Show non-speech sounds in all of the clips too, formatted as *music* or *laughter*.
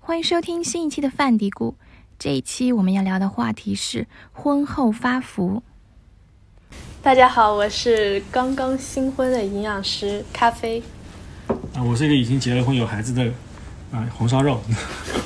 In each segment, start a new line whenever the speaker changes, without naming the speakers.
欢迎收听新一期的《范迪姑》。这一期我们要聊的话题是婚后发福。
大家好，我是刚刚新婚的营养师咖啡。
啊，我是一个已经结了婚有孩子的啊红烧肉。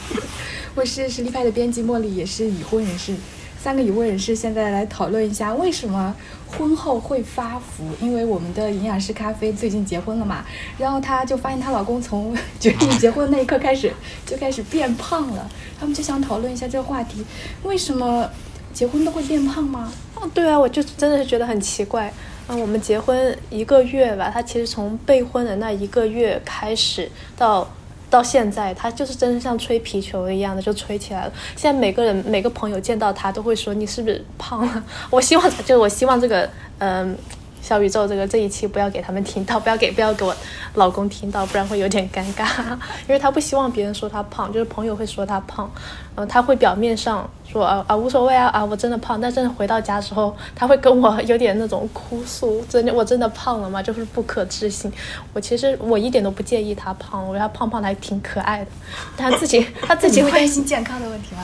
*laughs*
我是实力派的编辑茉莉，也是已婚人士。三个已婚人士现在来讨论一下为什么婚后会发福，因为我们的营养师咖啡最近结婚了嘛，然后她就发现她老公从 *laughs* 决定结婚那一刻开始就开始变胖了，他们就想讨论一下这个话题，为什么结婚都会变胖吗？ *laughs*
哦，对啊，我就真的是觉得很奇怪。嗯，我们结婚一个月吧，他其实从备婚的那一个月开始到到现在，他就是真的像吹皮球一样的就吹起来了。现在每个人每个朋友见到他都会说你是不是胖了？我希望就是我希望这个嗯小宇宙这个这一期不要给他们听到，不要给不要给我老公听到，不然会有点尴尬， *laughs* 因为他不希望别人说他胖，就是朋友会说他胖，嗯、他会表面上说啊啊无所谓啊啊我真的胖，但真的回到家之后，他会跟我有点那种哭诉，真的我真的胖了吗？就是不可置信。我其实我一点都不介意他胖，我觉得他胖胖的还挺可爱的，他自己他自
自
己
己
会
会
担
担
心
心健康的问题吗？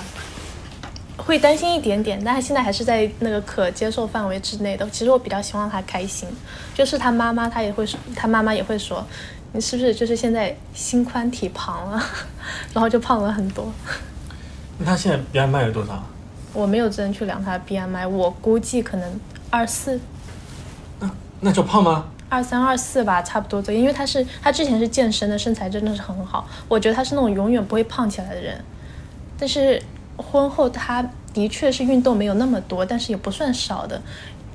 会担心一点点，但是现在还是在那个可接受范围之内的。其实我比较希望他开心，就是他妈妈，他也会说，他妈妈也会说，你是不是就是现在心宽体胖了， *laughs* 然后就胖了很多。
那他现在 BMI 有多少？啊
我没有真去量他的 BMI，我估计可能二四、
那那就胖吗？
二三、二四吧，差不多这个。因为他是他之前是健身的，身材真的是很好。我觉得他是那种永远不会胖起来的人。但是婚后他的确是运动没有那么多，但是也不算少的，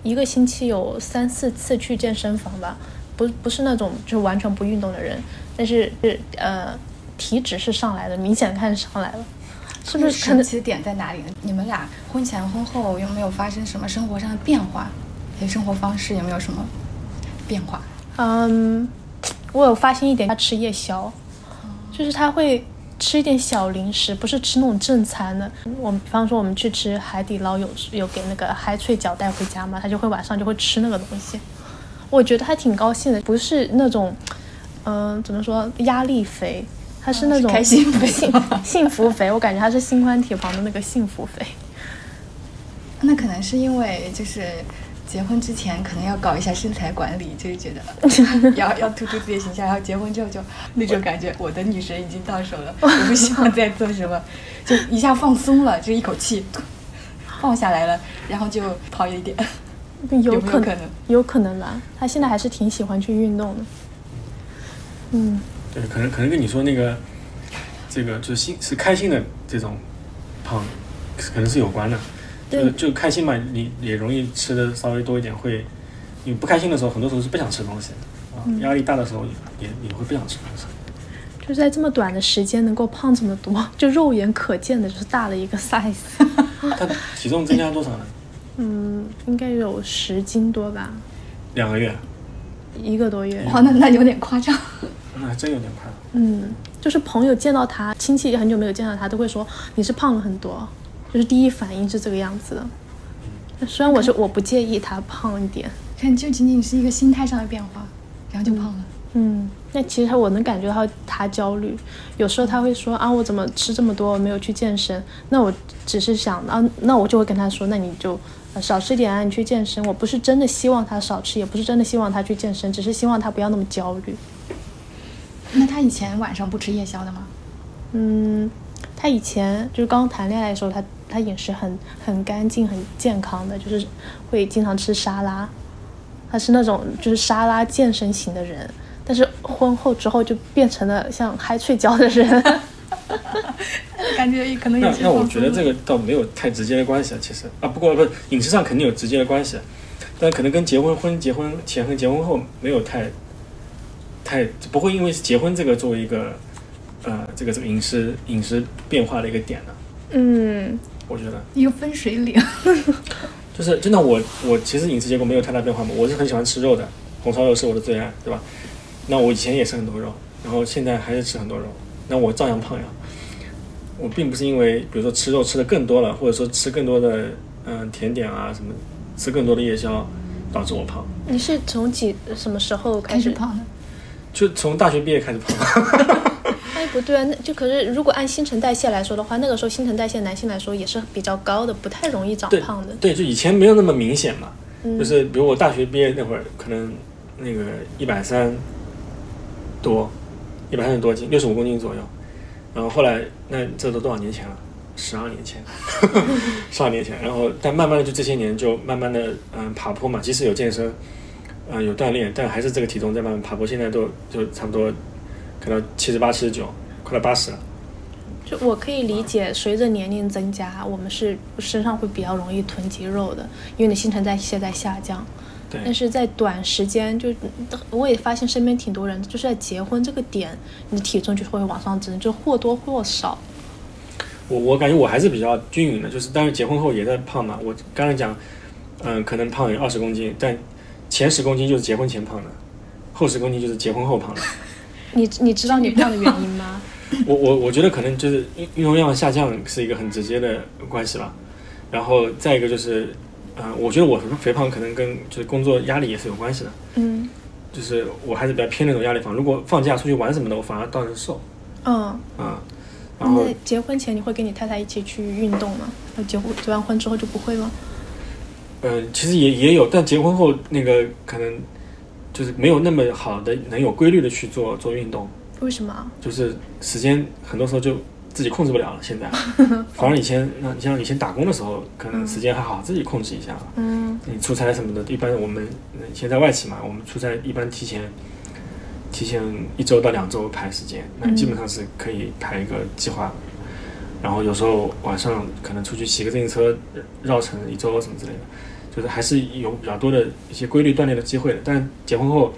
一个星期有三四次去健身房吧，不不是那种就完全不运动的人，但是是呃体脂是上来的，明显看上来了，是不是可
神
能
奇的点在哪里呢？你们俩婚前婚后有没有发生什么生活上的变化？你生活方式有没有什么变化？
嗯，我有发现一点，他吃夜宵，就是他会吃一点小零食，不是吃那种正餐的。我们比方说我们去吃海底捞有，有给那个嗨脆饺带回家嘛，他就会晚上就会吃那个东西。我觉得还挺高兴的，不是那种，嗯、怎么说压力肥，他是那种、
开心肥
幸 *laughs* 幸福肥，我感觉他是心宽体胖的那个幸福肥。
那可能是因为就是结婚之前可能要搞一下身材管理，就是
*laughs*
觉得要要突出自己的形象，然后结婚之后就那种感觉，我的女神已经到
*laughs*
手了，我不希望再做什么，就一下放松了，就一口气放下来了，然后就跑一点。
有
有没有
可
可
能
能，
有可能啦。他现在还是挺喜欢去运动的。嗯，
对，可能可能跟你说那个，这个就是心是开心的这种胖，可能是有关的。
对
就就开心嘛，你也容易吃的稍微多一点，会你不开心的时候，很多时候是不想吃东西的啊。压力大的时候也也会不想吃东西。
就在这么短的时间能够胖这么多，就肉眼可见的就是大了一个 size。
他体重增加多少呢？
嗯，应该有十斤多吧，
两个月，啊
一个多月。
嗯
*laughs* 哇，哦那那有点夸张。 *laughs*
那还真有点快。
嗯，就是朋友见到他，亲戚很久没有见到他，都会说你是胖了很多，就是第一反应是这个样子的。虽然我是我不介意他胖一点，
看，就仅仅是一个心态上的变化，然后就胖了。
嗯，那其实我能感觉到他焦虑，有时候他会说啊，我怎么吃这么多，我没有去健身？那我只是想啊，那我就会跟他说，那你就呃少吃点啊，你去健身。我不是真的希望他少吃，也不是真的希望他去健身，只是希望他不要那么焦虑。
那他以前晚上不吃夜宵的吗？
嗯，他以前就是刚谈恋爱的时候，他他饮食很很干净、很健康的，就是会经常吃沙拉。他是那种就是沙拉健身型的人，但是婚后之后就变成了像嗨脆椒的 *laughs* 人。
感觉可能
那
也是
那我
放
觉
松
得
了
这个倒没有太直接的关系啊，其实啊，不过不是饮食上肯定有直接的关系，啊但可能跟结婚婚结婚前和结婚后没有太太不会因为结婚这个作为一个呃这个这个饮食饮食变化的一个点呢、
嗯，
我觉得
一个分水岭。
就是真的我我其实饮食结构没有太大变化嘛，我是很喜欢吃肉的，红烧肉是我的最爱，对吧？那我以前也吃很多肉，然后现在还是吃很多肉，那我照样胖呀。我并不是因为比如说吃肉吃的更多了，或者说吃更多的嗯、甜点啊什么，吃更多的夜宵导致我胖，
你是从几什么时候开
开
始
始？胖了，
就从大学毕业开始胖。
哎，不对啊，那就可是如果按新陈代谢来说的话，那个时候新陈代谢男性来说也是比较高的，不太容易长
对
胖的。
对，就以前没有那么明显嘛，
嗯
就是比如我大学毕业那会儿，可能那个一百三多，一百三十多斤，六十五公斤左右。然后后来，那这都多少年前了？十二年前， *laughs* 十二年前。然后，但慢慢的就这些年就慢慢的嗯爬坡嘛，即使有健身，嗯、有锻炼，但还是这个体重在慢慢爬坡。现在都就差不多，可能七十八、七十九，快到八十了。
就我可以理解，随着年龄增加，我们是身上会比较容易囤积肉的，因为你新陈代谢在下降。
对，
但是在短时间，就我也发现身边挺多人，就是在结婚这个点，你的体重就会往上增，就或多或少。
我我感觉我还是比较均匀的，就是当然结婚后也在胖嘛。我刚才讲，嗯、可能胖有二十公斤，但前十公斤就是结婚前胖的，后十公斤就是结婚后胖的。
你你知道你胖的原因吗？
我我我觉得可能就是运运动量下降是一个很直接的关系吧。然后再一个就是，嗯、我觉得我肥胖可能跟就是工作压力也是有关系的，
*laughs* 嗯
就是我还是比较偏那种压力胖。如果放假出去玩什么的，我反而倒是瘦
嗯，
啊、然后
那结婚前你会跟你太太一起去运动吗？那结婚结完婚之后就不会吗？
嗯，其实也也有，但结婚后那个可能就是没有那么好的能有规律的去做做运动，
为什么啊？
就是时间很多时候就自己控制不了了。现在，反而以前那你像以前打工的时候，可能时间还好，自己控制一下。
嗯
你出差什么的，一般我们嗯现在外企嘛，我们出差一般提前提前一周到两周排时间，那
嗯
基本上是可以排一个计划。然后有时候晚上可能出去骑个自行车呃绕城一周什么之类的，就是还是有比较多的一些规律锻炼的机会的。但是结婚后，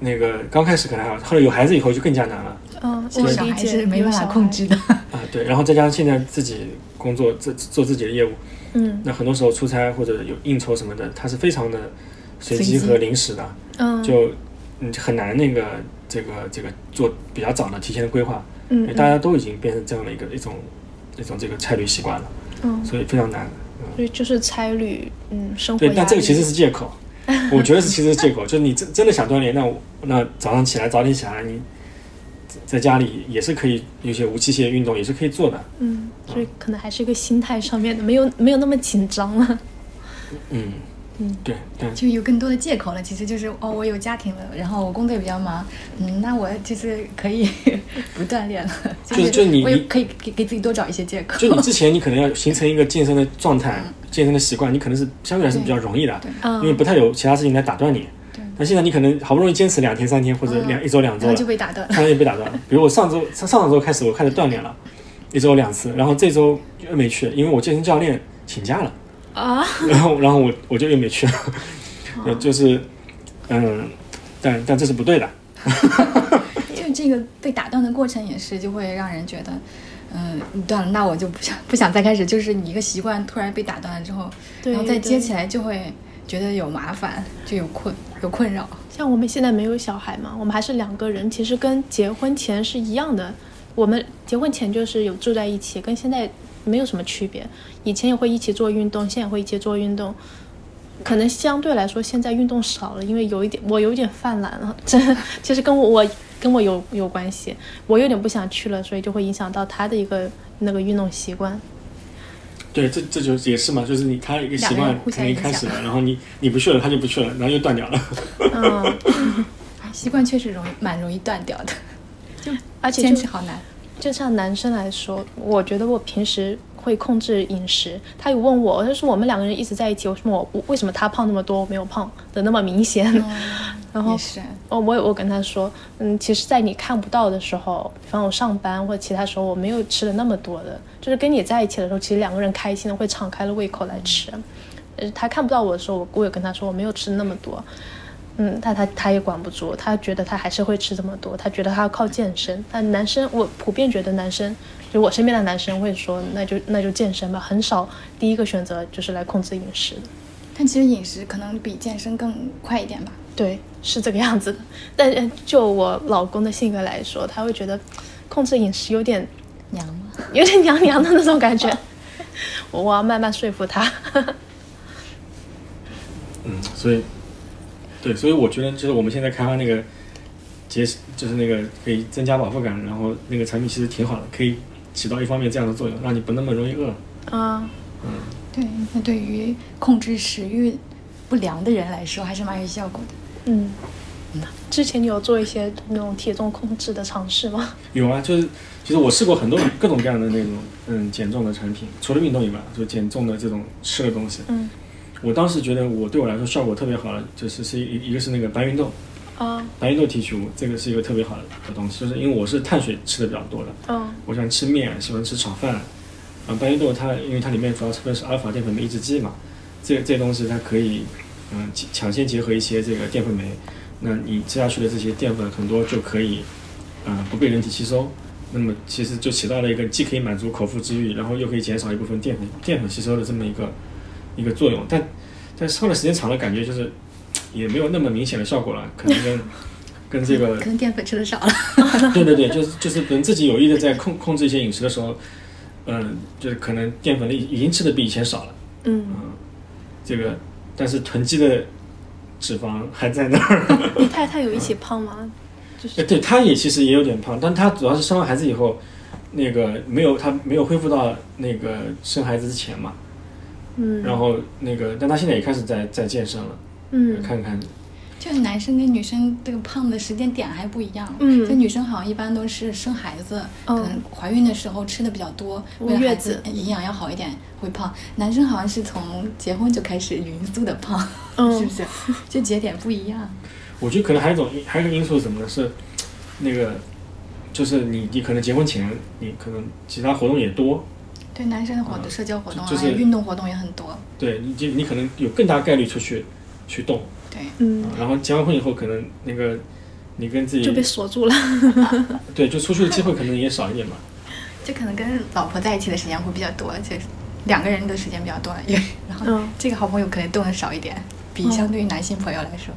那个刚开始可能还好，后来有孩子以后就更加难了。
嗯，
这
我
个小
理
孩
解，
是没办法控制
有小
的。
啊，对，然后再加上现在自己工作，自做自己的业务，
孩。嗯
那很多时候出差或者有应酬什么的，它是非常的随
随
机
机
和临时的，
嗯，
就嗯很难那个这个这个做比较早的提前的规划，因
嗯
为
嗯
大家都已经变成这样的一个一种一种这个差旅习惯了，
嗯，
所以非常难。嗯，
所以就是差旅，嗯，生活
对，
压
但
力。
这个其实是借口，我觉得是其实是借口，
*laughs*
就是你真真的想锻炼，那我那早上起来早点起来，你在在家里也是可以有些无器械运动也是可以做的，
嗯，所以可能还是一个心态上面的，没有没有那么紧张了。
嗯
嗯，
对，但
就有更多的借口了。其实就是哦，我有家庭了，然后我工作也比较忙，嗯，那我就是可以 *laughs* 不锻炼了，
就是就是你
我也可以给给自己多找一些借口。
*laughs* 就你之前你可能要形成一个健身的状态、
嗯
健身的习惯，你可能是相对来说比较容易的，
嗯，
因为不太有其他事情来打断你
对。嗯
但现在你可能好不容易坚持两天、三天或者两、一周、两
*laughs*
周
然后
了，
就被打断了。
突然就被打断了。比如我上周上上上周开始我开始锻炼了，一周两次，然后这周又没去，因为我健身教练请假
*laughs*
了，
啊，
然后然后我我就又没去了，
哦
呃 *laughs* 就是嗯，但但这是不对的，
就这个被打断的过程也是，就会让人觉得，嗯、断了，那我就不想不想再开始。就是你一个习惯突然被打断了之后，
对
然后再接
对
起来就会觉得有麻烦，就有困有困扰。
像我们现在没有小孩嘛，我们还是两个人，其实跟结婚前是一样的。我们结婚前就是有住在一起，跟现在没有什么区别。以前也会一起做运动，现在也会一起做运动。可能相对来说，现在运动少了，因为有一点我有一点犯懒了，这其实跟我我跟我有有关系，我有点不想去了，所以就会影响到他的一个那个运动习惯。
对，这这就也是嘛，就是你他一个习
两个
惯
人互
可
相
能一
影
开始
响
了，然后你你不去了，他就不去了，然后又断掉了。
嗯。
习惯确实容易蛮容易断掉的，就
而且就
坚持好难。
就像男生来说，我觉得我平时会控制饮食。他有问我，他说我们两个人一直在一起，为什么我我为什么他胖那么多，我没有胖的那么明显？ *laughs* 嗯然后
哦也是，
哦，我我跟他说，嗯，其实，在你看不到的时候，比方我上班或者其他时候，我没有吃的那么多的，就是跟你在一起的时候，其实两个人开心的会敞开了胃口来吃。呃，他看不到我的时候，我我也跟他说我没有吃那么多，嗯，但他他也管不住，他觉得他还是会吃这么多，他觉得他要靠健身。但男生，我普遍觉得男生，就我身边的男生会说，那就那就健身吧，很少第一个选择就是来控制饮食的。
但其实饮食可能比健身更快一点吧。
对，是这个样子的。 *laughs* 但呃就我老公的性格来说，他会觉得控制饮食有点
娘吗？
有点娘娘的那种感觉。我我要慢慢说服他。 *laughs*
嗯，所以，对，所以我觉得就是我们现在开发那个节食就是那个可以增加饱腹感，然后那个产品其实挺好的，可以起到一方面这样的作用，让你不那么容易饿。
啊，
对，那对于控制食欲不良的人来说，还是蛮有效果的。
嗯。之前你有做一些那种体重控制的尝试吗？
有啊，就是其实我试过很多种各种各样的那种嗯减重的产品，除了运动以外，就减重的这种吃的东西。
嗯
我当时觉得我对我来说效果特别好的，就是是一一个是那个白云豆，
啊
白云豆提取物，这个是一个特别好的东西，就是因为我是碳水吃的比较多的，
嗯
我喜欢吃面，喜欢吃炒饭。啊，白云豆它因为它里面主要成分是阿尔法淀粉酶抑制剂嘛，这这东西它可以嗯结抢先结合一些这个淀粉酶，那你吃下去的这些淀粉很多就可以啊、不被人体吸收，那么其实就起到了一个既可以满足口腹之欲，然后又可以减少一部分淀粉淀粉吸收的这么一个一个作用。但但是后来时间长了，感觉就是嘖也没有那么明显的效果了，可能跟跟这个
可能淀粉吃的少了。
*laughs*
对对对，就是就是可能自己有意的在控控制一些饮食的时候，嗯、就是可能淀粉类已经吃的比以前少了，
嗯，
嗯，这个但是囤积的脂肪还在
*laughs*
那儿。
你太太有一起胖吗？就
哎
是
对，她也其实也有点胖，但她主要是生完孩子以后，那个没有她没有恢复到那个生孩子之前嘛，
嗯
然后那个但她现在也开始在在健身了，
嗯
看看
就男生跟女生这个胖的时间点还不一样，
嗯
就女生好像一般都是生孩子，
嗯
可能怀孕的时候吃的比较多，
坐
为了
月
孩
子
子哎营养要好一点会胖。男生好像是从结婚就开始匀速的胖，是
嗯
不 *laughs* 是？就节点不一样。
我觉得可能还有一种因，还有一个因素是什么呢？是那个，就是你你可能结婚前，你可能其他活动也多，
对男生的活
嗯
动、社交活动啊，
就就是
还有运动活动也很多。
对你就你可能有更大概率出去去动、
对，
嗯
啊，然后结完婚以后，可能那个你跟自己
就被锁住了。
对就出去的机会可能也少一点嘛。
就可能跟老婆在一起的时间会比较多，就两个人的时间比较多，也 *laughs* 然后
嗯，
这个好朋友可能动的少一点，比
嗯
相对于男性朋友来说。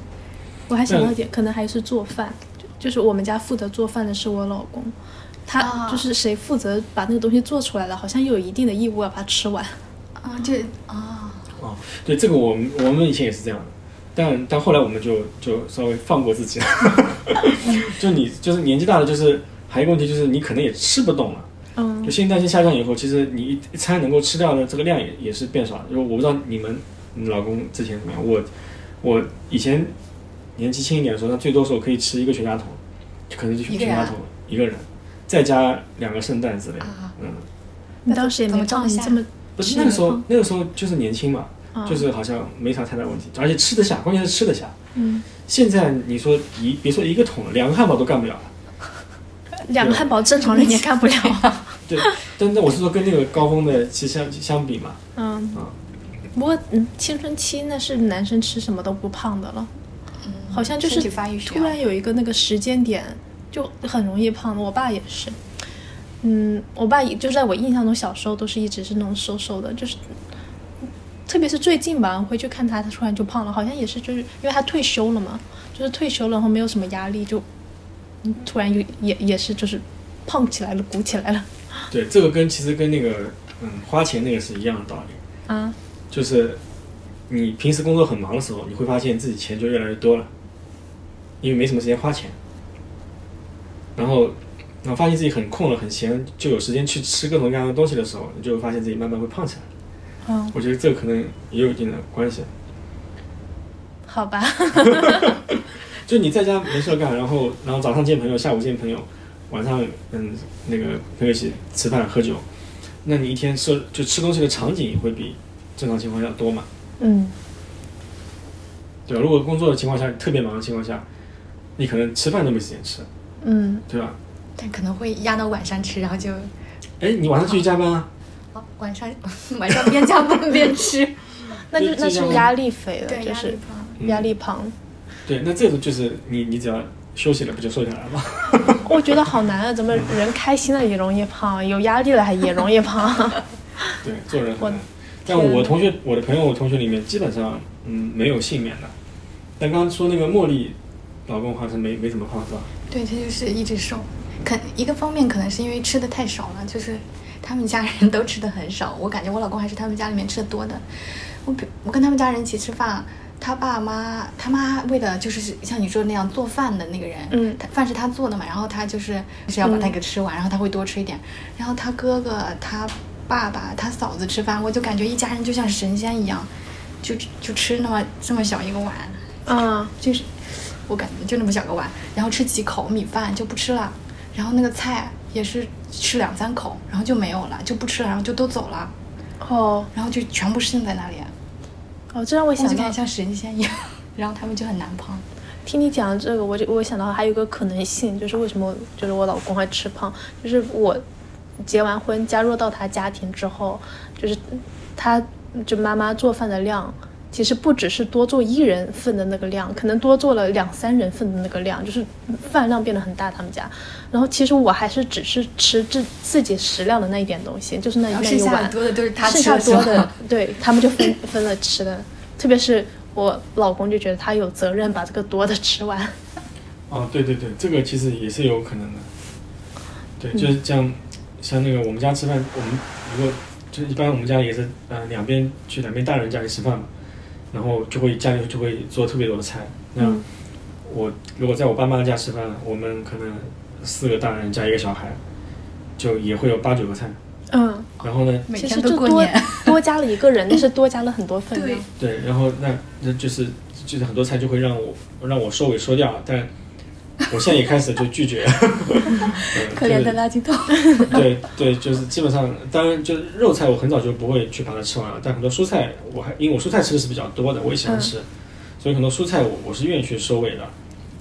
我还想到一点，可能还是做饭，就就是我们家负责做饭的是我老公，他
啊
就是谁负责把那个东西做出来了，好像又有一定的义务要把它吃完。
啊，就啊，
哦，对，这个我们我们以前也是这样的，但但后来我们就就稍微放过自己了。 *laughs* 就你就是年纪大了，就是还有一个问题就是你可能也吃不动了。
嗯
就新陈代谢下降以后，其实你一一餐能够吃掉的这个量也也是变少的。因为我不知道你们你老公之前怎么样，我我以前年纪轻一点的时候，那最多时候可以吃一个全家桶，就可能就全
一个人
家
啊
桶一个人，再加两个圣诞之类的
啊。
嗯，
你当时也没
怎
胖，
么
你
装得下
这么
不是
吃
那个时
得
候
胖，
那个时候就是年轻嘛，
啊
就是好像没啥太大问题，而且吃得下，关键是吃得下。
嗯，
现在你说一别说一个桶了，两个汉堡都干不了了。
两个汉堡正常人也干不了。
*laughs*
对，但那我是说跟那个高峰的期相相比嘛，
嗯
啊，
不过嗯，青春期那是男生吃什么都不胖的了，
嗯
好像就是
身体发育需要
突然有一个那个时间点，就很容易胖的。我爸也是，嗯，我爸也就在我印象中，小时候都是一直是那种瘦瘦的，就是嗯特别是最近吧，回去看他，他突然就胖了，好像也是就是因为他退休了嘛，就是退休了，然后没有什么压力，就嗯突然有也也是就是胖起来了，鼓起来了
对，这个跟其实跟那个嗯花钱那个是一样的道理，
啊，
就是你平时工作很忙的时候，你会发现自己钱就越来越多了，因为没什么时间花钱。然后，然后发现自己很空了、很闲，就有时间去吃各种各样的东西的时候，你就会发现自己慢慢会胖起来。
嗯，
我觉得这个可能也有一定的关系。
好吧，
就你在家没事儿干，然后然后早上见朋友，下午见朋友，晚上嗯那个朋友一起吃饭喝酒，那你一天吃就吃东西的场景也会比正常情况下多嘛？
嗯
对吧？如果工作的情况下特别忙的情况下，你可能吃饭都没时间吃，
嗯。
对吧？
但可能会压到晚上吃，然后就、
哎，你晚上继续加班啊？
哦晚上 *laughs* 晚上边 *laughs* 加班边吃，
那就
就
那
这样
是压力肥了，
对，
就
压力
是
胖。
嗯
压力胖。
对，那这种就是你你只要休息了，不就瘦下来了吗？ *laughs*
我觉得好难啊，怎 *laughs* 么人开心了也容易胖，有压力了还也容易胖？ *laughs*
对，做人
我
很难。但
天
我
哪
同学、我的朋友、我同学里面，基本上嗯没有幸免的。但刚刚说那个茉莉老公好像没没怎么胖是吧？
对，这就是一直瘦。可一个方面可能是因为吃的太少了，就是他们家人都吃的很少，我感觉我老公还是他们家里面吃的多的。我比我跟他们家人一起吃饭，他爸妈他妈为了就是像你说的那样做饭的那个人，
嗯
他饭是他做的嘛，然后他就是就是要把那个吃完，然后他会多吃一点，然后他哥哥他爸爸他嫂子吃饭，我就感觉一家人就像神仙一样，就就吃那么这么小一个碗，
嗯，
就是我感觉就那么小个碗，然后吃几口米饭就不吃了，然后那个菜也是吃两三口，然后就没有了，就不吃了，然后就都走了，
哦
然后就全部剩在那里，
哦，这让我
我就
想
感
到
觉，像神仙一样，然后他们就很难胖。
听你讲这个，我就我想到还有一个可能性，就是为什么就是我老公会吃胖，就是我结完婚加入到他家庭之后，就是他就妈妈做饭的量。其实不只是多做一人份的那个量，可能多做了两三人份的那个量，就是饭量变得很大。他们家，然后其实我还是只是吃自自己食量的那一点东西，就是那
然后
那
剩
一
下
碗
的，多的都是他
剩
吃
下
的，
多
是
的
吧，
对他们就分分了吃的，特别是我老公就觉得他有责任把这个多的吃完。
哦，对对对，这个其实也是有可能的。对，就是这样，像那个我们家吃饭，我们如果就一般我们家也是，呃，两边去两边大人家里吃饭嘛，然后就会家里就会做特别多的菜。那、
嗯
我如果在我爸妈家吃饭，我们可能四个大人加一个小孩，就也会有八九个菜。
嗯，
然后呢，
*laughs*
每
其
天
实
都
就
过
多
年， *laughs*
多加了一个人，但是多加了很多份
对
量。
对，然后那那就是就是很多菜就会让我让我收尾收掉，但我现在也开始就拒绝。
*laughs*
嗯
可怜的垃圾桶。
*laughs* 对对，就是基本上，当然就是肉菜，我很早就不会去把它吃完了。但很多蔬菜，我还因为我蔬菜吃的是比较多的，我也
嗯
喜欢吃，所以很多蔬菜我我是愿意去收尾的。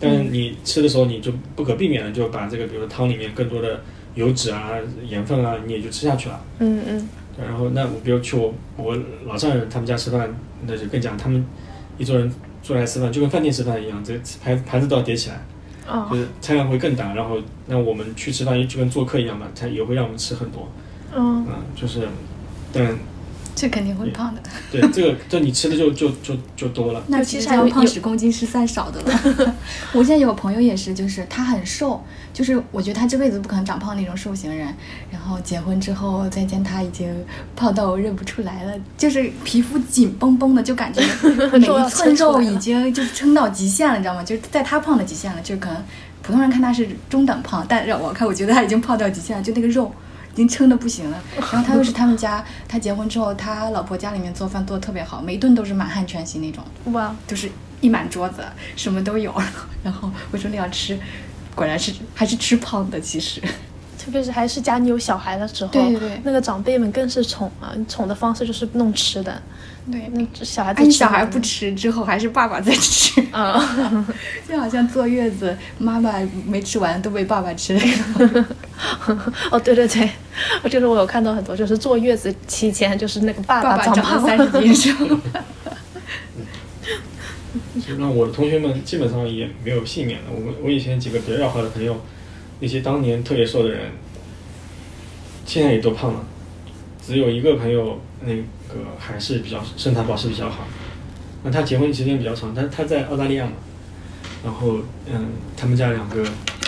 但
嗯
是你吃的时候，你就不可避免的就把这个，比如说汤里面更多的油脂啊、盐分啊，你也就吃下去了。
嗯嗯
对然后那我比如去我我老丈人他们家吃饭，那就更讲他们一桌人坐下来吃饭，就跟饭店吃饭一样，这盘盘子都要叠起来。
哦
就是菜量会更大，然后那我们去吃饭就跟做客一样嘛，他也会让我们吃很多，
嗯
嗯，就是，但
这肯定会胖的。
对这个，这你吃的就就就就多了，
那
尤
其
其
实
是
这
还
样
有
胖
有
十公斤是算少的了。 *laughs* 我现在有朋友也是，就是他很瘦，就是我觉得他这辈子不可能长胖那种瘦型人。然后结婚之后再见，他已经胖到我认不出来了，就是皮肤紧绷绷的，就
*laughs*
感觉每
肉
一
要
寸
撑出
肉
来
已
了
经就是撑到极限了，你知道吗？就是在他胖的极限了，就是可能普通人看他是中等胖，但让我看，我觉得他已经胖到极限了，就那个肉。已经撑的不行了，然后他又是他们家，他结婚之后，他老婆家里面做饭做的特别好，每一顿都是满汉全席那种。
哇，
就是一满桌子什么都有， *laughs* 然后我说那要吃，果然是还是吃胖的，其实
特别是还是家里有小孩的时候，
对对对
那个长辈们更是宠啊，宠的方式就是弄吃的，
*laughs* 对
那啊小孩子
哎，
吃
你
的
小孩不吃之后还是爸爸在吃，
啊，
就好像坐月子妈妈没吃完都被爸爸 *laughs* 吃了，
哦对对对，我就是我有看到很多，就是坐月子期间，就是那个爸
爸爸
长
长
胖
了三十斤是 *laughs* 吧？
就让我的同学们基本上也没有幸免了。我们我以前几个比较要好的朋友，那些当年特别瘦的人，现在也都胖了，只有一个朋友那个还是比较身材保持比较好。那他结婚时间比较长，但是他在澳大利亚嘛，然后嗯，他们家两个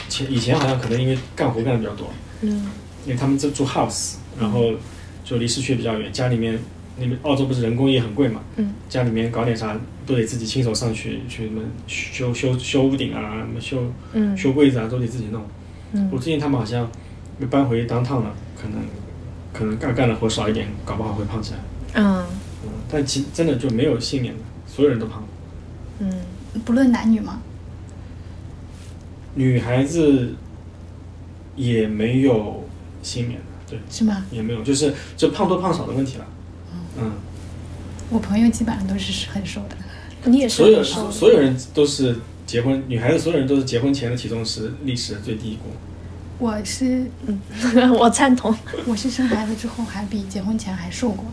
前以前好像可能因为干活干的比较多，
嗯
因为他们就住 house，然后就离市区也比较远，家里面那边澳洲不是人工也很贵嘛，
嗯，
家里面搞点啥都得自己亲手上去去什么修修修屋顶啊，什么修
嗯
修柜子啊，都得自己弄。
嗯
我最近他们好像又搬回当趟了，可能可能干干的活少一点，搞不好会胖起来。
嗯
嗯，但其真的就没有信念的，所有人都胖。
嗯，
不论男女嘛，
女孩子也没有幸免的，对，
是吗？
也没有，就是就胖多胖少的问题了。嗯，
我朋友基本上都是很瘦的，
你也是
所有
很瘦的
所有人都是结婚，女孩子所有人都是结婚前的体重是历史的最低谷。
我是
*laughs* 我赞同。
我是生孩子之后还比结婚前还瘦过。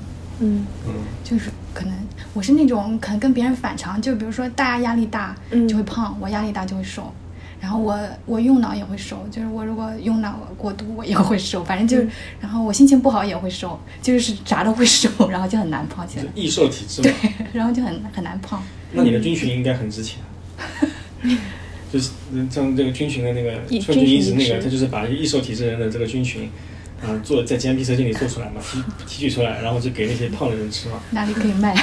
嗯
嗯，
就是可能我是那种可能跟别人反常，就比如说大家压力大
嗯
就会胖，我压力大就会瘦，然后我我用脑也会瘦，就是我如果用脑过度我也会瘦，反
嗯
正就是，然后我心情不好也会瘦，就是啥都会瘦，然后就很难胖起
就
来，
易瘦体质嘛。
然后就很很难胖。
那你的军训应该很值钱。就是像这个军群的那个
一
穿军
军
医
群
师那
医
个，
师
他就是把易瘦体质人的这个军群，啊、做在 GMP 车间里做出来嘛，提提取出来，然后就给那些胖的人吃嘛。
哪里可以卖？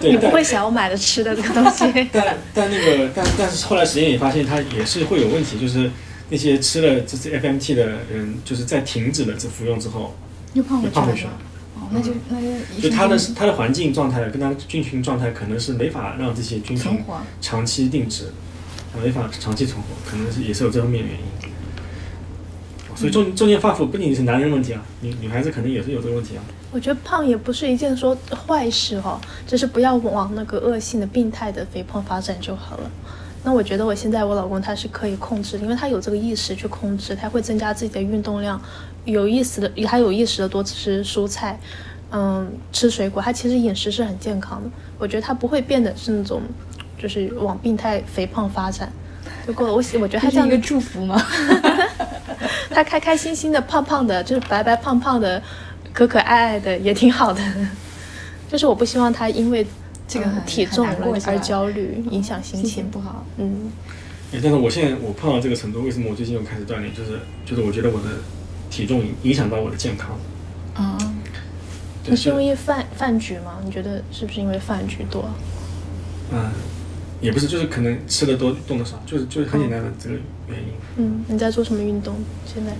对，
哦不
但。
会想要买了吃的这个东西
*laughs*
*laughs*
但但那个但但是后来实验也发现，它也是会有问题，就是那些吃了这次 FMT 的人，就是在停止了这服用之后，
又胖
就
回去
胖
了
回
是
去
吧
了。。
哦，那就那就一
就
瞬
它的
间
它的环境状态跟它的菌群状态，可能是没法让这些菌群
存活。
长期定植，它没法长期存活，可能是也是有这方面的原因。所以中
嗯
中年发福不仅仅是男人问题啊，女女孩子可能也是有这个问题啊。
我觉得胖也不是一件说坏事哦，只是不要往那个恶性的、病态的肥胖发展就好了。那我觉得我现在我老公他是可以控制的，因为他有这个意识去控制，他会增加自己的运动量，有意识的，他有意识的多吃蔬菜，嗯，吃水果，他其实饮食是很健康的。我觉得他不会变得是那种，就是往病态肥胖发展。就够了，我喜我觉得他
这
这
是
样
一
的
个祝福吗？
*laughs* 他开开心心的、胖胖的，就是白白胖胖的、可可爱爱的，也挺好的。 *laughs* 就是我不希望他因为这个
嗯
体重
很难过
而
是吧嗯
而焦虑， *laughs* 影响心
心情
情
不。好。
嗯，
哎，但是我现在我胖到这个程度，为什么我最近又开始锻炼？就是就是我觉得我的体重影影响到我的健康。
嗯，
对
你是
就
因为饭饭局吗？你觉得是不是因为饭局多？
嗯，也不是，就是可能吃的多，动的少，就是就是很简单的这个原因。
嗯，你在做什么运动？现在？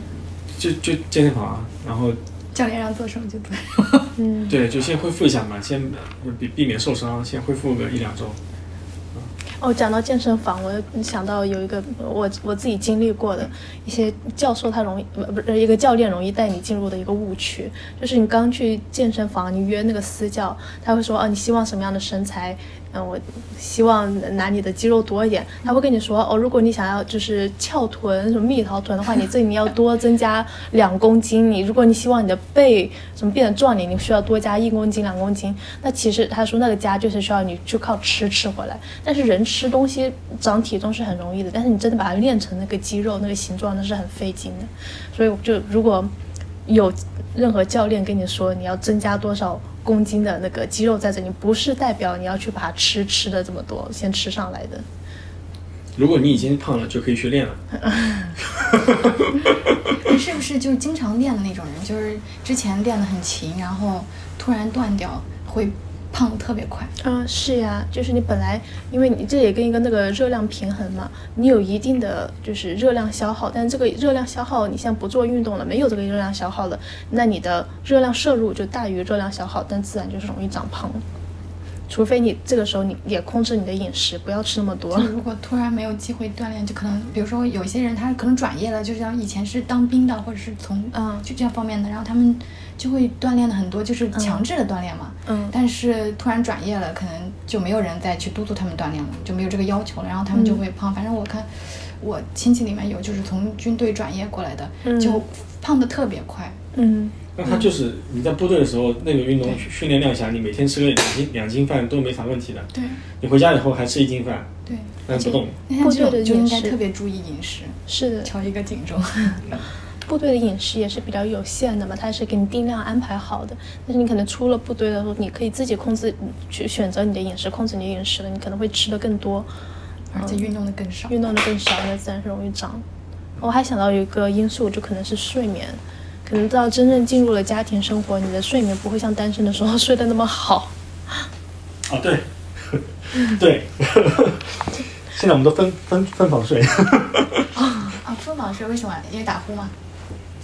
就就健身房啊，然后
教练让做什么就做。
嗯，
对，就先恢复一下嘛，先呃避避免受伤，先恢复个一两周。
哦，讲到健身房，我想到有一个我我自己经历过的一些教授，他容易呃不是一个教练容易带你进入的一个误区，就是你刚去健身房，你约那个私教，他会说哦，你希望什么样的身材？嗯，我希望拿你的肌肉多一点。他会跟你说哦，如果你想要就是翘臀什么蜜桃臀的话，你这里要多增加两公斤。你如果你希望你的背什么变得壮点，你需要多加一公斤两公斤。那其实他说那个加就是需要你就靠吃吃回来，但是人吃东西长体重是很容易的，但是你真的把它练成那个肌肉那个形状，那是很费劲的。所以我就如果有任何教练跟你说你要增加多少公斤的那个肌肉在这里，不是代表你要去把它吃吃的这么多，先吃上来的。
如果你已经胖了，就可以去练了。
你是不是就是经常练的那种人？就是之前练的很勤，然后突然断掉，会胖的特别快。
啊，是呀，就是你本来，因为你这也跟一个那个热量平衡嘛，你有一定的就是热量消耗，但这个热量消耗你现在不做运动了，没有这个热量消耗了，那你的热量摄入就大于热量消耗，但自然就是容易长胖。除非你这个时候你也控制你的饮食，不要吃那么多
就。如果突然没有机会锻炼，就可能比如说有一些人他可能转业了，就像以前是当兵的，或者是从
嗯
就这样方面的，然后他们就会锻炼的很多，就是强制的锻炼嘛。
嗯
但是突然转业了，可能就没有人再去督促他们锻炼了，就没有这个要求了，然后他们
嗯
就会胖。反正我看我亲戚里面有就是从军队转业过来的，
嗯
就胖的特别快。
嗯，
那他就是你在部队的时候，那个运动训练量下，你每天吃个两斤两斤饭都没啥问题的。
对
你回家以后还吃一斤饭，
对，
那不动。
那像
部
这
队的
种就
饮
应该
食
特别注意饮食，
是的，
敲一个警钟。
部队的饮食也是比较有限的嘛，它是给你定量安排好的。但是你可能出了部队的时候，你可以自己控制嗯去选择你的饮食，控制你的饮食了，你可能会吃的更多，
而且运动的更少。
运动的更少，那自然是容易长。我还想到有一个因素，就可能是睡眠，可能到真正进入了家庭生活，你的睡眠不会像单身的时候睡得那么
*laughs*
好。
啊，对， *laughs* 对。 *laughs* 现在我们都分分分房睡， *laughs*
啊，分房睡为什么？因为打呼嘛。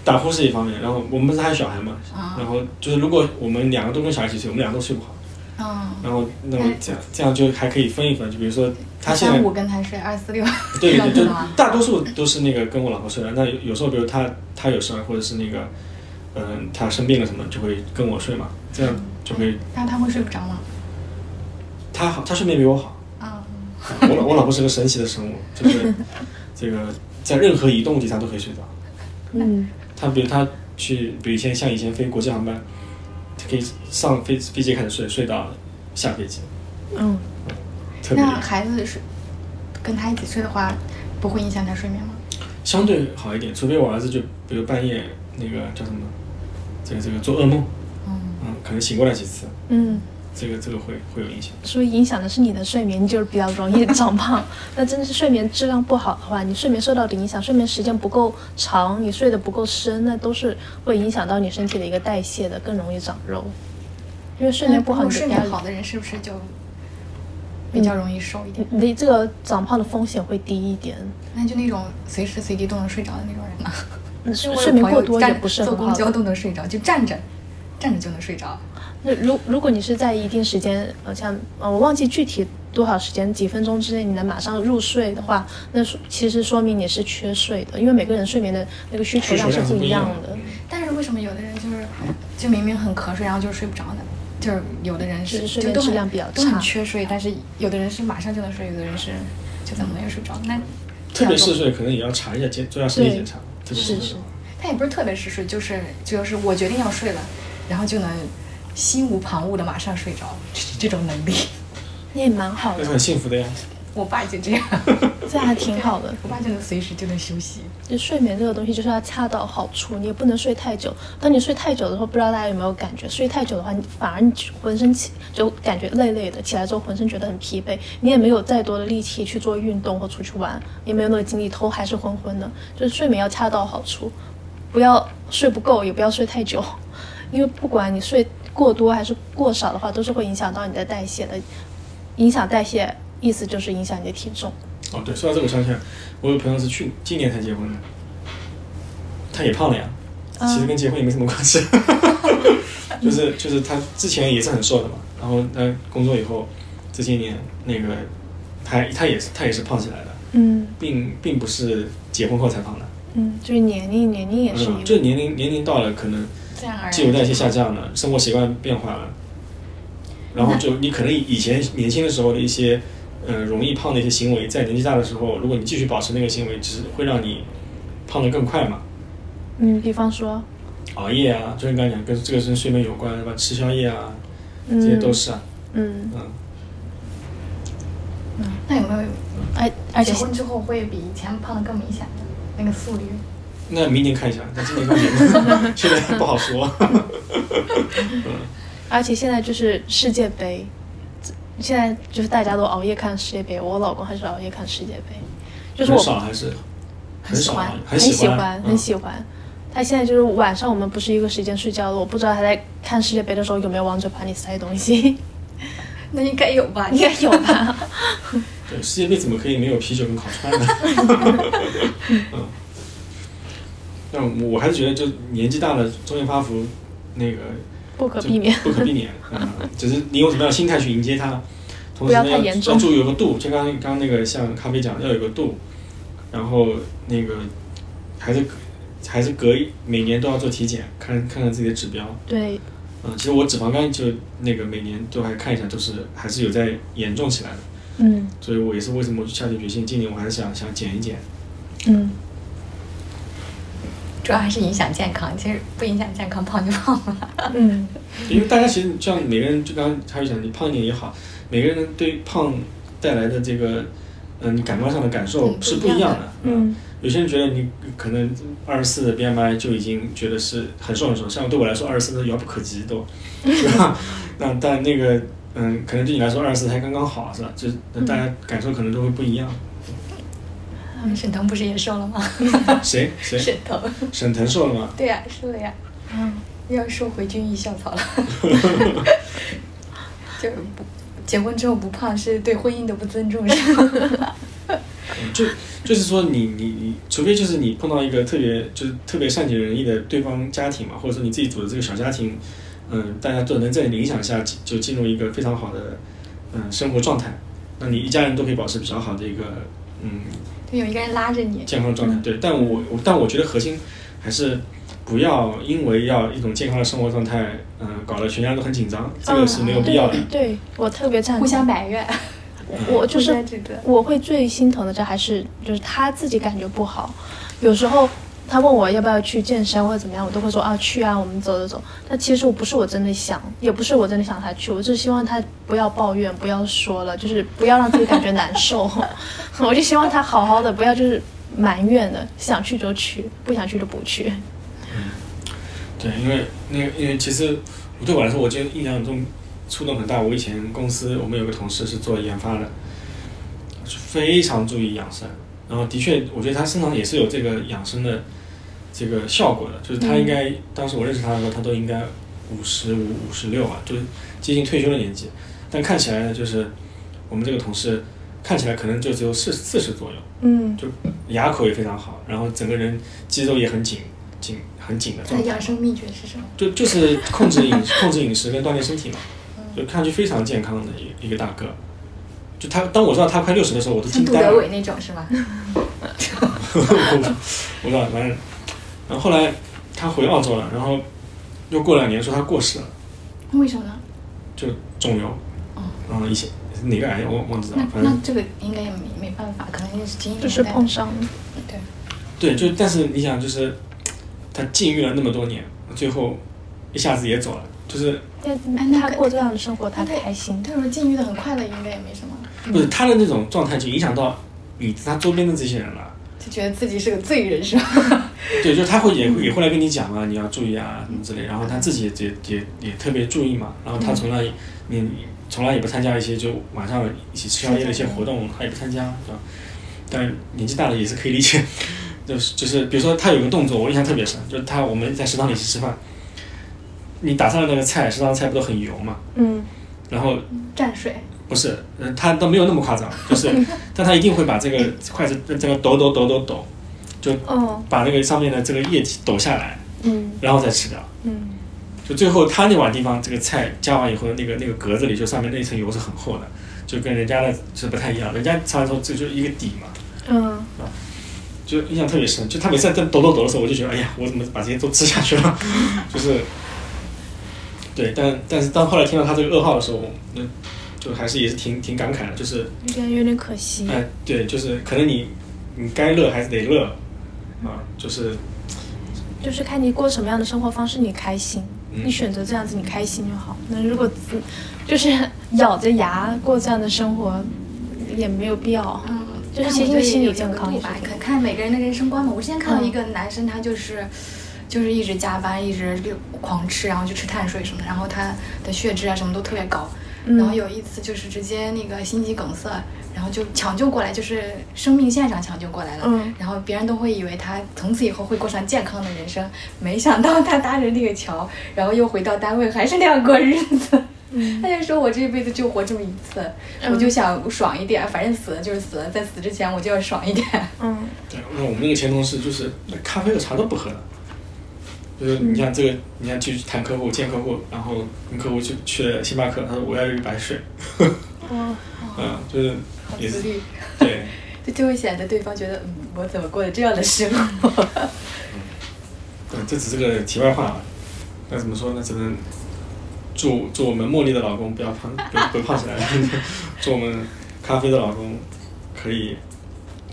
打呼是一方面，然后我们不是还有小孩嘛，
啊
然后就是如果我们两个都跟小孩一起睡，我们两个都睡不好，
嗯。
然后那么这样这样就还可以分一分，就比如说他现在
三五跟他睡，二四六，
对对，
这种
就
的吗？
大多数都是那个跟我老婆睡的。那有有时候，比如她她有事儿，或者是那个，嗯、她生病了什么，就会跟我睡嘛，这样就会
但是他会睡不着吗？
她好，她睡眠比我好。
啊，
我 *laughs* 老我老婆是个神奇的生物，就是 *laughs* 这个在任何移动地她都可以睡着。
嗯，
她比如她去，比如以前像以前飞国际航班，她可以上飞飞机开始睡，睡到下飞机，
嗯，
特别厉
那
害
孩子睡跟他一起睡的话，不会影响他睡眠吗？
相对好一点，除非我儿子就比如半夜那个叫什么，这个这个做噩梦，
嗯，
嗯，可能醒过来几次。
嗯。
这个这个会会有影响。
所以影响的是你的睡眠，你就是比较容易长胖。那真的是睡眠质量不好的话，你睡眠受到的影响，睡眠时间不够长，你睡得不够深，那都是会影响到你身体的一个代谢的，更容易长肉。因为睡眠不好，
那
你
睡
的
眠
压力
好的人是不是就比较容易瘦一点？
你你这个长胖的风险会低一点。
那就那种随时随地都能睡着的那种人呢？
嗯
因为我有
睡眠
朋友
过多也
站
不是
坐
很
公
好
交
的。
都能睡着，就站着站着就能睡着。
那如如果你是在一定时间，呃，像呃，我忘记具体多少时间，几分钟之内你能马上入睡的话，那说其实说明你是缺睡的，因为每个人睡眠的那个需求
需求
量是
量是
不
不
一
一
样
样
的。嗯
但是为什么有的人就是就明明很瞌睡，然后就是睡不着呢？就是有的人
就是是睡
就
眠
都
质
很
量比较
都很
差
缺睡，但是有的人是马上就能睡，有的人是就怎么能也睡不着？那
特别嗜
睡，
睡可能也要查一下检，做下身体检查。特别嗜
是是
睡，
他也不是特别嗜睡，就是就是我决定要睡了，然后就能心无旁骛的马上睡着，这这种能力，
那也蛮好
那
的
是，很幸福的呀。
我爸就
*laughs*
这样，
这还挺好的。
我爸就能随时就能休息。
就睡眠这个东西，就是要恰到好处，你也不能睡太久。当你睡太久的时候，不知道大家有没有感觉，睡太久的话，你反而你浑身起就感觉累累的，起来之后浑身觉得很疲惫，你也没有再多的力气去做运动或出去玩，也没有那个精力，头还是昏昏的。就是睡眠要恰到好处，不要睡不够，也不要睡太久，因为不管你睡过多还是过少的话，都是会影响到你的代谢的，影响代谢意思就是影响你的体重。
哦，对，说到这个，我想起来，我有朋友是去今年才结婚的，他也胖了呀，
嗯
其实跟结婚也没什么关系， *laughs* 就是就是他之前也是很瘦的嘛，然后他工作以后这些年那个他他也是他也是胖起来的，
嗯
并并不是结婚后才胖的，
嗯，就是年龄，年龄也是一
嗯，
个。
就是年龄年龄到了可能
自然而然，
基础代谢下降了，生活习惯变化了，然后就你可能以前年轻的时候的一些，呃，容易胖的一些行为，在年纪大的时候，如果你继续保持那个行为，只是会让你胖得更快嘛。
嗯，比方说，
熬夜啊，就是刚才讲跟这个跟睡眠有关，对吧？吃宵夜啊，这
嗯
些都是啊，
嗯，
嗯，
那有没有
而而且
结婚之后会比以前胖的更明显的那个速率？
那明年看一下，那今年更年，现在不好说。
而且现在就是世界杯，现在就是大家都熬夜看世界杯，我老公还是熬夜看世界杯，就是
很
我
少还是很
喜
少
欢
啊，
很
喜
喜
欢，
欢，很
欢。
喜欢。他现在就是晚上我们不是一个时间睡觉了，我不知道他在看世界杯的时候有没有往嘴巴里塞东
*laughs*
西，
那应该有吧？
应该有吧？
对，世界杯怎么可以没有啤酒跟烤
*laughs*
串呢？嗯，但我还是觉得，就年纪大了，中年发福，那个
不可
就
避免。
不可避免。
*laughs*
嗯，只是你用什么样的心态去迎接它，同时
不要
呢，
太
要
严重
要注意有个度。就刚刚刚那个像咖啡讲，要有个度，然后那个还是还是隔一每年都要做体检，看看看自己的指标。
对，
嗯，其实我脂肪肝就那个每年都还看一下，都是还是有在严重起来的。
嗯
所以我也是为什么下定决心，今年我还是想想减一减。
嗯，
*laughs* 主要还是影响健康，其实不影响健康，胖就胖了。
嗯，
因为大家其实像每个人，就刚刚还有讲，你胖一点也好，每个人对胖带来的这个，嗯、感官上的感受
嗯
是
不
不
一样
一样
的
的。啊
嗯，
有些人觉得你可能二十四的 BMI 就已经觉得是很瘦很瘦，像对我来说二十四都遥不可及都， *laughs* 对吧？那但那个嗯，可能对你来说二十四还刚刚好，是吧？就是那大家感受可能都会不一样。
啊沈腾不是也瘦了吗？
谁谁
沈腾，
沈腾瘦了吗？
对呀、瘦了呀。嗯，要瘦回军艺校草了。
*laughs*
就是不结婚之后不胖，是对婚姻的不尊重，是吗？ *laughs*
嗯就就是说你你你，除非就是你碰到一个特别就是特别善解人意的对方家庭嘛，或者说你自己组的这个小家庭，嗯，大家都能在你的影响下进就进入一个非常好的嗯生活状态，那你一家人都可以保持比较好的一个嗯
对，有一个人拉着你。
健康的状态。对，但我我但我觉得核心还是不要因为要一种健康的生活状态，嗯，搞得全家都很紧张，这个是没有必要的。
嗯对，对我特别赞同。
互相埋怨，
我就
互
是
相指责
我会最心疼的，这还是就是他自己感觉不好。有时候他问我要不要去健身或者怎么样，我都会说啊去啊，我们走走走。但其实我不是我真的想，也不是我真的想他去，我就是希望他不要抱怨，不要说了，就是不要让自己感觉难受。 *laughs* 我就希望他好好的，不要就是埋怨的，想去就去，不想去就不去。
对，因为那个，因为其实我对我来说，我觉得印象中触动很大。我以前公司我们有个同事是做研发的，是非常注意养生，然后的确，我觉得他身上也是有
嗯
这个养生的这个效果的，就是他应该、当时我认识他的时候，他都应该五十五、五十六啊，就是接近退休的年纪。但看起来呢，就是我们这个同事看起来可能就只有四四十左右，
嗯，
就牙口也非常好，然后整个人肌肉也很紧紧很紧的
他
状
的
态
养。生秘诀是什么？
就就是控制饮控制饮食 *laughs* 跟锻炼身体嘛，
嗯
就看上去非常健康的一一个大哥。就他，当我知道他快六十的时候，我都
像
惊
杜
呆了。
德伟那种是吗？
*laughs* 我我不知道，反正，然后后来他回澳洲了，然后又过两年说他过世了，
*laughs* 为什么呢？
就肿瘤，嗯，一些哪个癌我忘记了
哦那，
反
那
正
这个应该也没没办法，可能也是基因
就
带
是
的。
碰上了，
对，
对，就但是你想，就是他禁欲了那么多年，最后一下子也走了，就是
哎那
他
个
过这样的生活，他
那个
开心。
但是禁欲的很快乐，应该也没什么，
不是他的那种状态就影响到你他周边的这些人了。
就觉得自己是个罪人是吧？
对，就是他会也会也会来跟你讲嘛，你要注意啊什么之类，然后他自己也也也也特别注意嘛，然后他从来也你从来也不参加一些就晚上一起吃宵夜的一些活动，他也不参加，对吧？但年纪大了也是可以理解，就是就是比如说他有个动作我印象特别深，就是他我们在食堂里一起吃饭，你打上了那个菜，食堂的菜不都很油嘛，
嗯，
然后
*laughs* 蘸水，
不是，呃，他倒没有那么夸张，就是但他一定会把这个筷子这个抖抖抖抖抖，
哦，
把那个上面的这个液体抖下来，
嗯
然后再吃掉。
嗯，
就最后他那碗地方，这个菜加完以后，那个那个格子里就上面那一层油是很厚的，就跟人家的是不太一样。人家吃完之后这就一个底嘛，
嗯，
就印象特别深。就他每次在抖抖抖的时候，我就觉得哎呀，我怎么把这些都吃下去
*laughs*
了？就是，对，但但是当后来听到他这个噩耗的时候，我那就还是也是挺挺感慨的，就是
有点有点可惜。
哎，对，就是可能你你该乐还是得乐啊，就是
就是看你过什么样的生活方式，你开心，
嗯
你选择这样子，你开心就好。那如果自
*laughs*
就是咬着牙过这样的生活，也没有必要。
嗯，
就是
但
其实
我觉得
心
也
理
有
健
这个
康
度
也是
吧，
这
看
样
看每个人的人生观嘛。我之前看到
嗯
一个男生，他就是。就是一直加班，一直就狂吃，然后就吃碳水什么，然后他的血脂啊什么都特别高，
嗯
然后有一次就是直接那个心肌梗塞，然后就抢救过来，就是生命现场抢救过来了，
嗯
然后别人都会以为他从此以后会过上健康的人生，没想到他搭着那个桥，然后又回到单位还是那样过日子。他就说：“我这辈子就活这么一次，我就想爽一点，反正死了就是死了，在死之前我就要爽一点。
嗯，
对，那我们那个前同事就是那咖啡和茶都不喝的，就是你像这个，你像去谈客户、见客户，然后跟客户去去了星巴克，他说我要一杯白水，
哦，
嗯，就是
好
*laughs* 也
自
是
律，
对，
这就会显得对方觉得，嗯，我怎么过的这样的生活？ *laughs*
对，这只是个题外话嘛。那怎么说呢？只能祝祝我们茉莉的老公不要胖，不要不 *laughs* 要胖起来，祝我们咖啡的老公可以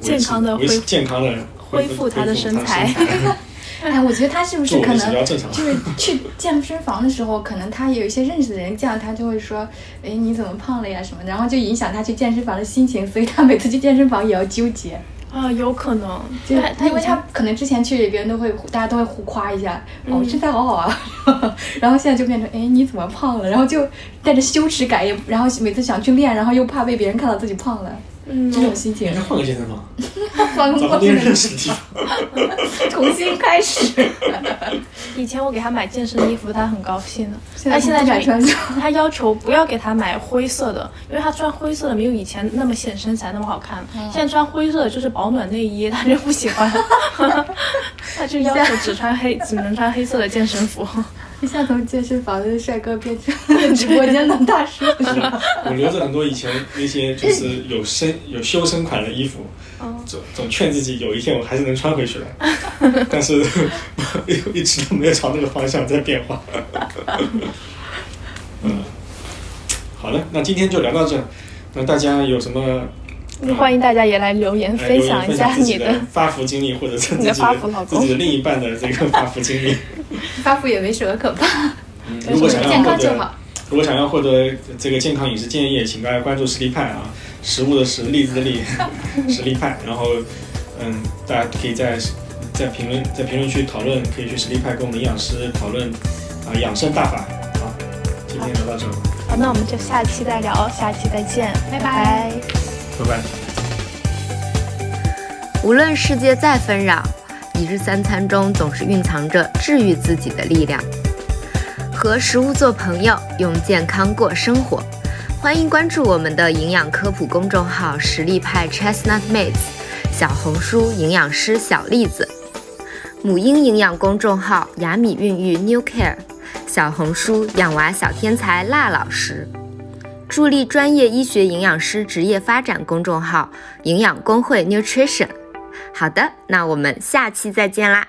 维持
健康地
维持
恢复
健康的
恢复他的身材
身材
*laughs*
哎，我觉得他是不是
祝我
可
们比
能
较正常。
就是去健身房的时候，可能他有一些认识的人见到他就会说，哎，你怎么胖了呀什么，然后就影响他去健身房的心情，所以他每次去健身房也要纠结，
啊，有可能，
就
他他
因为
以前
他可能之前去别人都会大家都会互夸一下，哦身材好好啊， *laughs* 然后现在就变成哎你怎么胖了，然后就带着羞耻感也，然后每次想去练，然后又怕被别人看到自己胖了，
嗯
这种心情
应该，换个健身房，
*laughs* 放
找
空
个别人认识的地方。
重新开始，
以前我给他买健身的衣服，他很高兴的。
现
他
在
现在
不敢
就 *laughs*
穿
他要求不要给他买灰色的，因为他穿灰色的没有以前那么显身材那么好看。
嗯
现在穿灰色的就是保暖内衣，他就不喜欢，他就要求只穿黑，只能穿黑色的健身服。
*laughs* 一下从健身房的帅哥变成 *laughs* 了直播间的大叔，是吧？
我留着很多以前那些就是有身有修身款的衣服，
哦
总总劝自己有一天我还是能穿回去的， *laughs* 但是 *laughs* 一直都没有朝那个方向在变化。 *laughs* 嗯，好的，那今天就聊到这儿。那大家有什么
嗯欢迎大家也来留言
呃有
分
人
享一
分
下
享自己
你
的
的，
发福经历，或者是自
你
己
的发福老
自
公
己的另一半的这个发福经历？
*laughs* 发福也没什么可怕，
嗯如果想要
健
获
康就
得
好。
如果想要获得这个健康饮食建议，请大家关注实力派啊，食物的食，栗子的 *laughs* 栗，实力派。然后，嗯，大家可以在在评论在评论区讨论，可以去实力派跟我们营养师讨论啊养生大法啊。今天聊到这儿，
好，那我们就下期再聊，下期再见，
拜拜
拜拜
拜拜。
无论世界再纷扰，一日三餐中总是蕴藏着治愈自己的力量。和食物做朋友，用健康过生活。欢迎关注我们的营养科普公众号“实力派 Chestnut Mates”，小红书营养师小栗子，母婴营养公众号“雅米孕育 New Care”，小红书养娃小天才辣老师，助力专业医学营养师职业发展公众号“营养工会 Nutrition”。好的，那我们下期再见啦！